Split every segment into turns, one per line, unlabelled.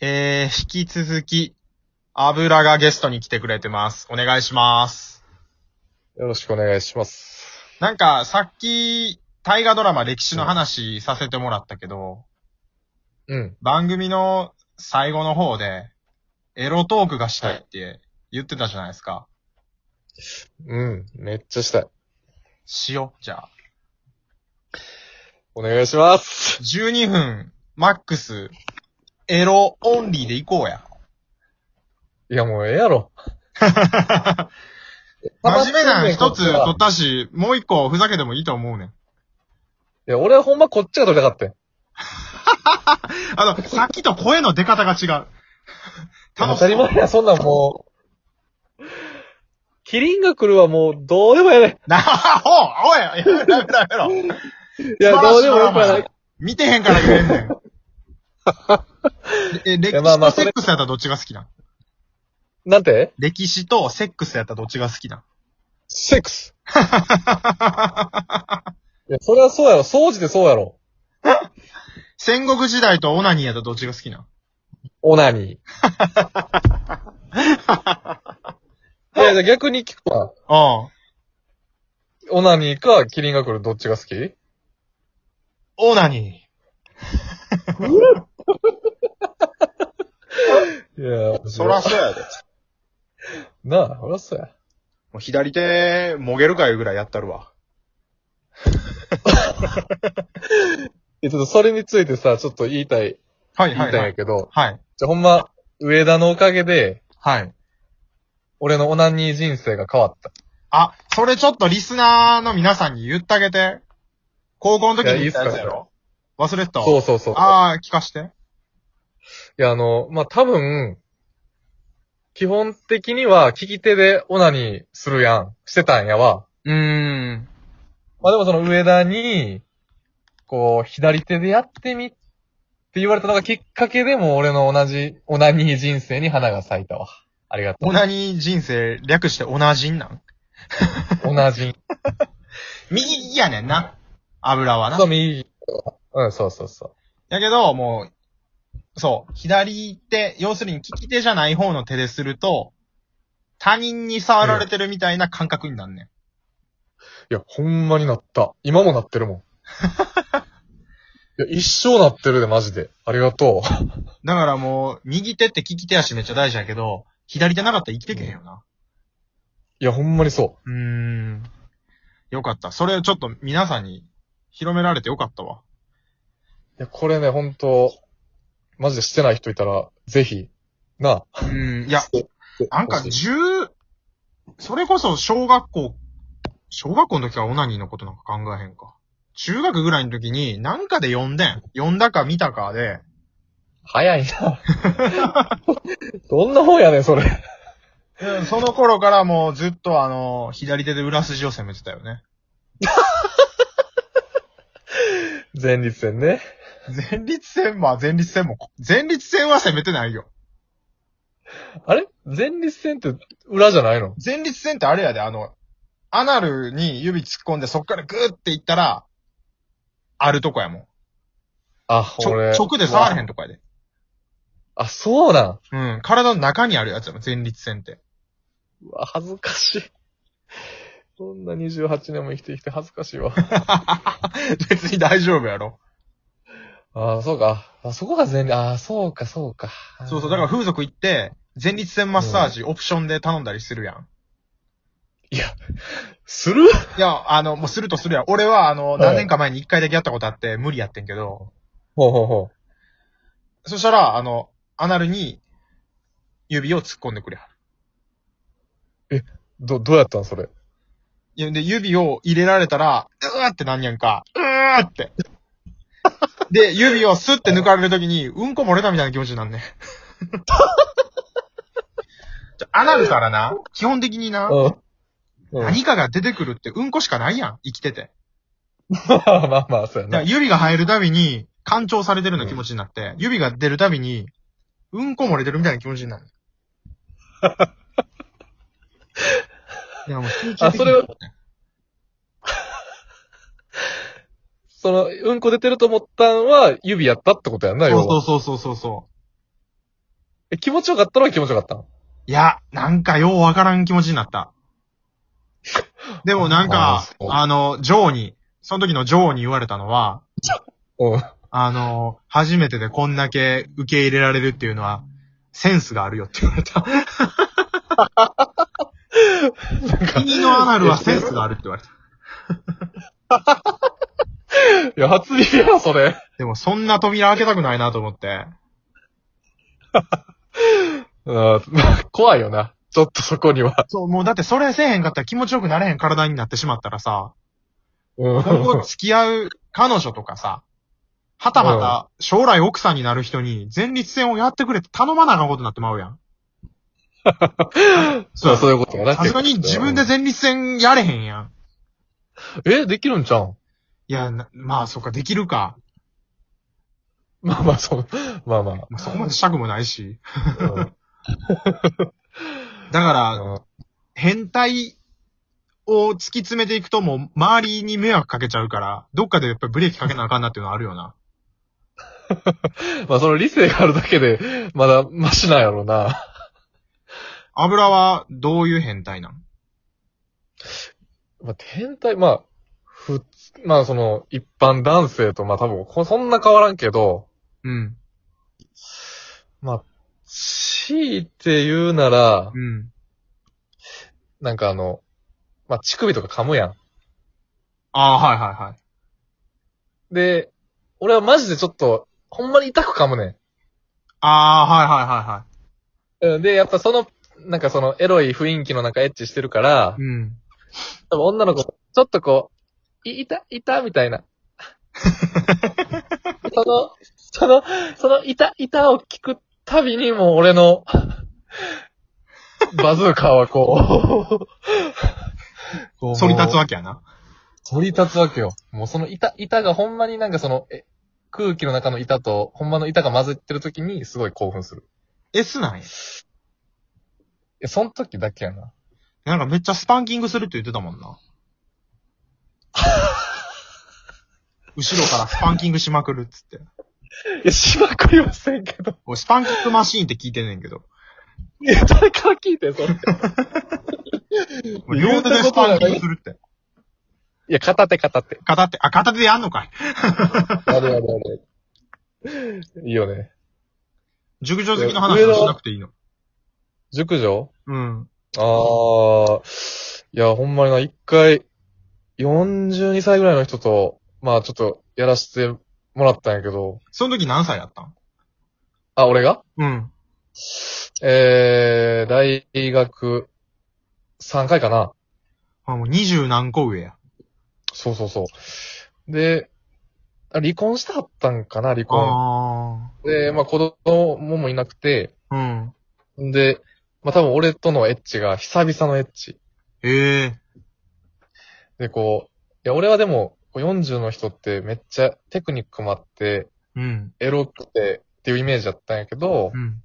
えー、引き続き、油がゲストに来てくれてます。お願いします。
よろしくお願いします。
なんか、さっき、大河ドラマ歴史の話させてもらったけど、
うん。
番組の最後の方で、エロトークがしたいって言ってたじゃないですか。
うん。めっちゃしたい。
しよう。じゃあ、
お願いします。
12分、マックス、エロオンリーで行こうや。
いや、もうええ やろ。
真面目なん一つ取
い
ったし、もう一個ふざけてもいいと思うねん。
や、俺はほんまこっちが取りたかったよ。
あの、さっきと声の出方が違う。
当たり前や、そんなんもう。キリンが来るはもう、どうでもやね
なあ、ほうおいやめろやめろやめろ
いや、
素晴ら
ど
しい
うでもよくはない。
見てへんから言えんねん。え、歴
やまあ
史
ま
と
あ
セックスやったらどっちが好きなん
なんて
歴史とセックスやったらどっちが好きなん
セックス。いや、それはそうやろ。掃除でそうやろ。
戦国時代とオナニーやったらどっちが好きなん
オナニ ー。いや、じゃあ逆に聞くわ。
うん。
オナニーか、キリンが来る、どっちが好き
オナニ
いや、
そらそうやで。
なあ、そらそうや。
もう左手、もげるかいうぐらいやったるわ。
え、ちょっとそれについてさ、ちょっと言いたい、
ー。はい
言いた
はいい
ん
は
や
い。
けど、
はい。
じゃ、ほんま、上田のおかげで、
はい。
俺のオナニー人生が変わった。
あ、それちょっとリスナーの皆さんに言ってあげて。高校の時に言ったやつやろ忘れてた。
そううそうそう。い
あー、聞かして。
や、あの、まあ、多分、基本的には聞き手でオナニーするやん、してたんやわ。
うーん。
まあ、でもその上田に、こう、左手でやってみって言われたのがきっかけでもう俺の同じオナニー人生に花が咲いたわ。ありがと
オナニー人生略してオナジンなん
う。同じ。
右やねんな。油はな
そ。う、右。うん、そうそうそう。
やけど、もう、そう、左手、要するに利き手じゃない方の手ですると、他人に触られてるみたいな感覚になんねん。
いや、ほんまになった。今もなっ てるもん。いや、一生なってるで、マジで。ありがとう。
だからもう、右手って利き手足めっちゃ大事やけど、左手なかったら生きてけへんよな。
いや、ほんまにそう
ーん。よかった。それをちょっと皆さんに広められてよかったわ。
う。いや、これね、ほんと、マジでしてない人いたら、ぜひ、なあ。
うん。いや、なんか
欲しい
十、それこそ小学校、小学校の時はオナニーのことなんか考えへんか。中学ぐらいの時に、なんかで読んでん。読んだか見たかで、
早いな。どんな本やねん、それ。
その頃からもうずっとあの、左手で裏筋を攻めてたよね。
前立腺ね。
前立腺は前立腺も、前立腺は攻めてないよ。
あれ前立腺って裏じゃないの
前立腺ってあれやで、あの、アナルに指突っ込んでそっからグーっていったら、あるとこやもん。
あ、
ちょ
俺。
直で触れへ
ん。
んとこやで。
あ、そうなん。
うん。体の中にあるやつやもん、前立腺って。
うわ、恥ずかしい。こんな28年も生きてきて恥ずかしいわ。
別に大丈夫やろ。
ああ、そうか。あそこが前、ああ、そうか、そうか。
そうそう。だから
ら、
風俗行って、前立腺マッサージオプションで頼んだりするやん。
いや、する
いや、あの、もうするとするやん。俺は、あの、
い
何年か前に一回だけやったことあって、無理やってんけど、
ほうほうほ
そしたら、あの、アナルに、指を突っ込んでくれはる。
う。ど、どうやったんそれ。
いやで、指を入れられたら、うーってなんやんか。うーって。で、指をスッて抜かれるときに、うんこ漏れたみたいな気持ちに なんねん。ちょアナルからな、基本的にな、
うん。うん、
何かが出てくるってうんこしかないやん、生きてて。
まあまあまあ、そうや
だから
な。
指が入るたびに、干潮されてるような気持ちになって、指が出るたびに、うんこ漏れてるみたいな気持ちにな る。いや、もう集中的に
あそれは その、うんこ出てると思ったんは、指やったってことやんな、
そう
要は
そうそうそうそうそ
え、気持ちよかったのは気持ちよかったの
いや、なんかようわからん気持ちになった。でもなん
あ
か
そ、う
あの、ジョーに、その時のジョーに言われたのは、
うん。
あの、初めてでこんだけ受け入れられるっていうのは、センスがあるよって言われ た。君のアナルはセンスがあるって言われた。
いや、初耳や、それ。
でもそんな扉開けたくないなと思って。
うん、 怖いよな。ちょっとそこには。
そう、もうだってそれせえへんかったら気持ちよくなれへん体になってしまったらさ、
うん。
今後付き合う彼女とかさ、はたまた将来奥さんになる人に前立腺をやってくれって頼まなあかんことになってまうやん。
そうそういうことだ
さすがに自分で前立腺やれへんやん。
え、できるんちゃうん
いや、なまあそっか、できるか。
まあまあ、そう。まあまあ。
まあそこまで尺もないし。
うん
だから、
うん
変態を突き詰めていくともう周りに迷惑かけちゃうから、どっかでやっぱりブレーキかけなあかんなっていうのはあるよな。
まあ、その理性があるだけで、まだ、マシなんやろうな。
油はどういう変態なん
まあ、天体、まあ、ふつ、まあ、その、一般男性と、まあ、多分こ、そんな変わらんけど、
うん。
まあ、強いて言うなら、
うん。
なんかあの、まあ、乳首とか噛むやん。
ああ、はいはいはい。
で、俺はマジでちょっと、ほんまに痛く噛むねん。
ああ、はいはいは
うんで、やっぱその、なんかそのエロい雰囲気の中エッチしてるから
いはい。、うん。
多分女の子、ちょっとこう、い、いた、いたみたい な。その、その、その、いた、いたを聞くたびにもう俺の、バズーカーはこう、 こう
反り立つわけやな。
反り立つわけよ。もうその板、板がほんまになんかその、え空気の中の板と、ほんまの板が混ざってる時にすごい興奮する。
S なんや。
いや、その時だけやな。
なんかめっちゃスパンキングするって言ってたもん な。後ろからスパンキングしまくるっつって。
いや、しまくりませんけど。
俺スパンキングマシーンって聞いてんねんけど。
いや、誰から聞いてん、それ。い
俺両手でスパンキングするって。
や、片手、片手。
片手、あ、片手でやんのかい。
あれあれあれ。いいよね。
熟女好きの話をしなくていいの。
熟女
うん。
ああ、いや、ほんまにな、一回、42歳ぐらいの人と、まあ、ちょっと、やらしてもらったんやけど、
その時何歳やったん
あ、俺が
うん。
えー、大学、3回かな。
あ、もう二十何個上や。
そうそうそう。で、あ離婚したかったんかな、離婚。
あ
で、まあ、子供もいなくて、
あ。うん。
で、まあ、多分俺とのエッチが久々のエッチ。
ええ
で、こう、いや、俺はでも、こう40の人ってめっちゃテクニックもあって、
うん。
エロくてっていうイメージだったんやけど
う、ん。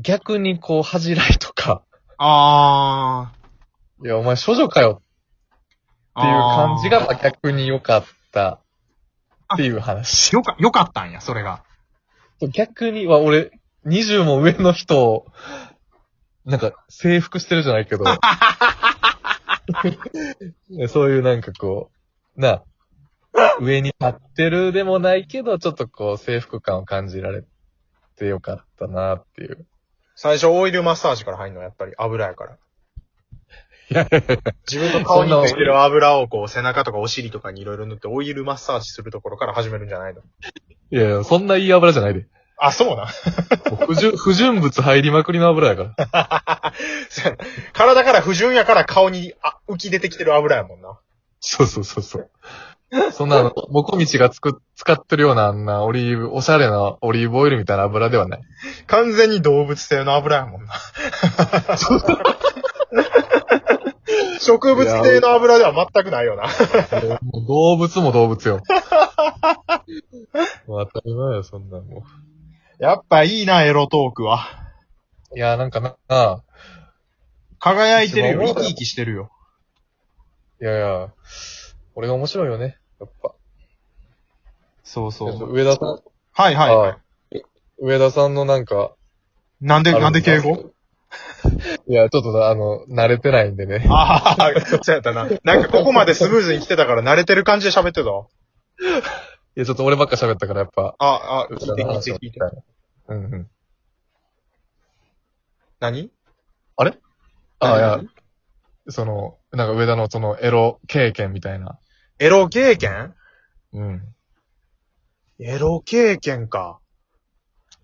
逆にこう、恥じらいとか、
あー
いや、お前、処女かよ
あ。
っていう感じが、まあ、逆に良かったっていう話。
よか、よかったんや、それが。
逆には俺、20も上の人を、なんか、征服してるじゃないけど。そういうなんかこう、な、上に立ってるでもないけど、ちょっとこう、征服感を感じられてよかったなっていう。
最初オイルマッサージから入んの、やっぱり油や から。
いやいやいや
自分の顔に
そんな
ついてる油をこう背中とかお尻とかにいろいろ塗ってオイルマッサージするところから始めるんじゃないの
いやいや、そんないい油じゃないで。
あ、そうな。
不純、 不純物入りまくりの油やから。
そうやな 体から不純やから顔にあ浮き出てきてる油やもんな。
そうそうそうそう。そんなあの、もこみちがつく、使ってるようなあんなオリーブ、おしゃれなオリーブオイルみたいな油ではない。
完全に動物性の油やも んな。植物性の油では全くないよな。
もう動物も動物よ。 もう当たり前よ、そんなんも
やっぱいいな、エロトークは。
う。いや、なんかな、な
輝いてるよ。
一番おも
生
ろい
き生きしてるよ。
いやいや、俺が面白いよね、やっぱ。
そうそ
上田さん、
はいはい。
はい上田さんのなんか、
なんで、
ある
なんで敬語
いや、ちょっと、あの、慣れてないんでね。
ああ、そうやったな。なんかここまでスムーズに来てたから慣れてる感じで喋ってた。
いや、ちょっと俺ばっか喋ったから、やっぱ、
あ、あ、
う
聞
ちら
いて
の
聞いて
話を
聞
聞
い
き
て
た。いな。うんうん。
何
ああ、いや
何、
その、なんか上田のそのエロ経験みたいな。
エロ経験
うん。
エロ経験か。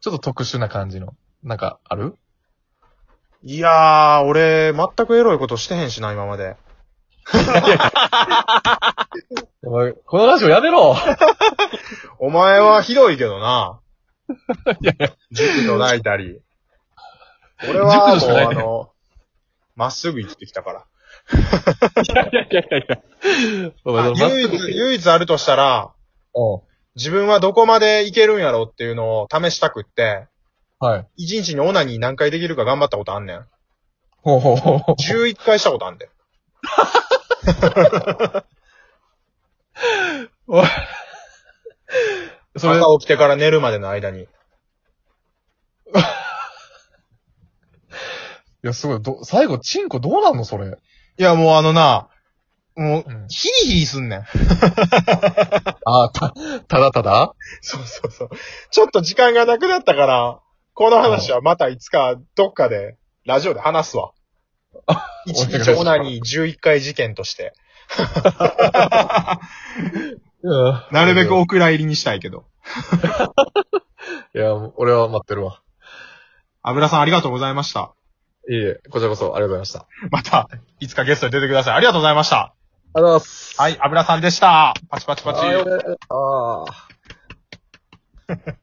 ちょっと特殊な感じの。なんか、ある
いやー、俺、全くエロいことしてへんしな、今まで。
お前、このラジオやめろ
お前はひどいけど な。塾女泣いたり。俺は
塾
も
女しかないう
あ
ね
の、まっすぐ生きてきたから。
いやいやいやいや。 お前、
唯
そのまっすぐ
一、唯一あるとしたら、
うん。
自分はどこまでいけるんやろっていうのを試したくって、
はい。
一日にオナニー何回できるか頑張ったことあんねん。
ほうほうほうほう。
11回したことあんで。
おいそれ、
朝起きてから寝るまでの間に。
いや、すごい、ど、最後、チンコどうなんのそれ。
いや、もうあのな、もう
うん、
ヒリヒリすんねん。
あた、ただただ
そうそうそう。ちょっと時間がなくなったから、この話はまたいつかどっかで、ラジオで 話すわ。一
お願い
日
します
オナニー11回事件として。
なるべく
い
お蔵入りにしたいけど。
や、俺は待ってるわ。
油さんありがとうございました。
いいえ、こちらこそありがとうございました。あり
また、いつかゲストに出てください。ありがとうございました。
がとうございます。
はい、油さんでした。パチパチパチ。
あー。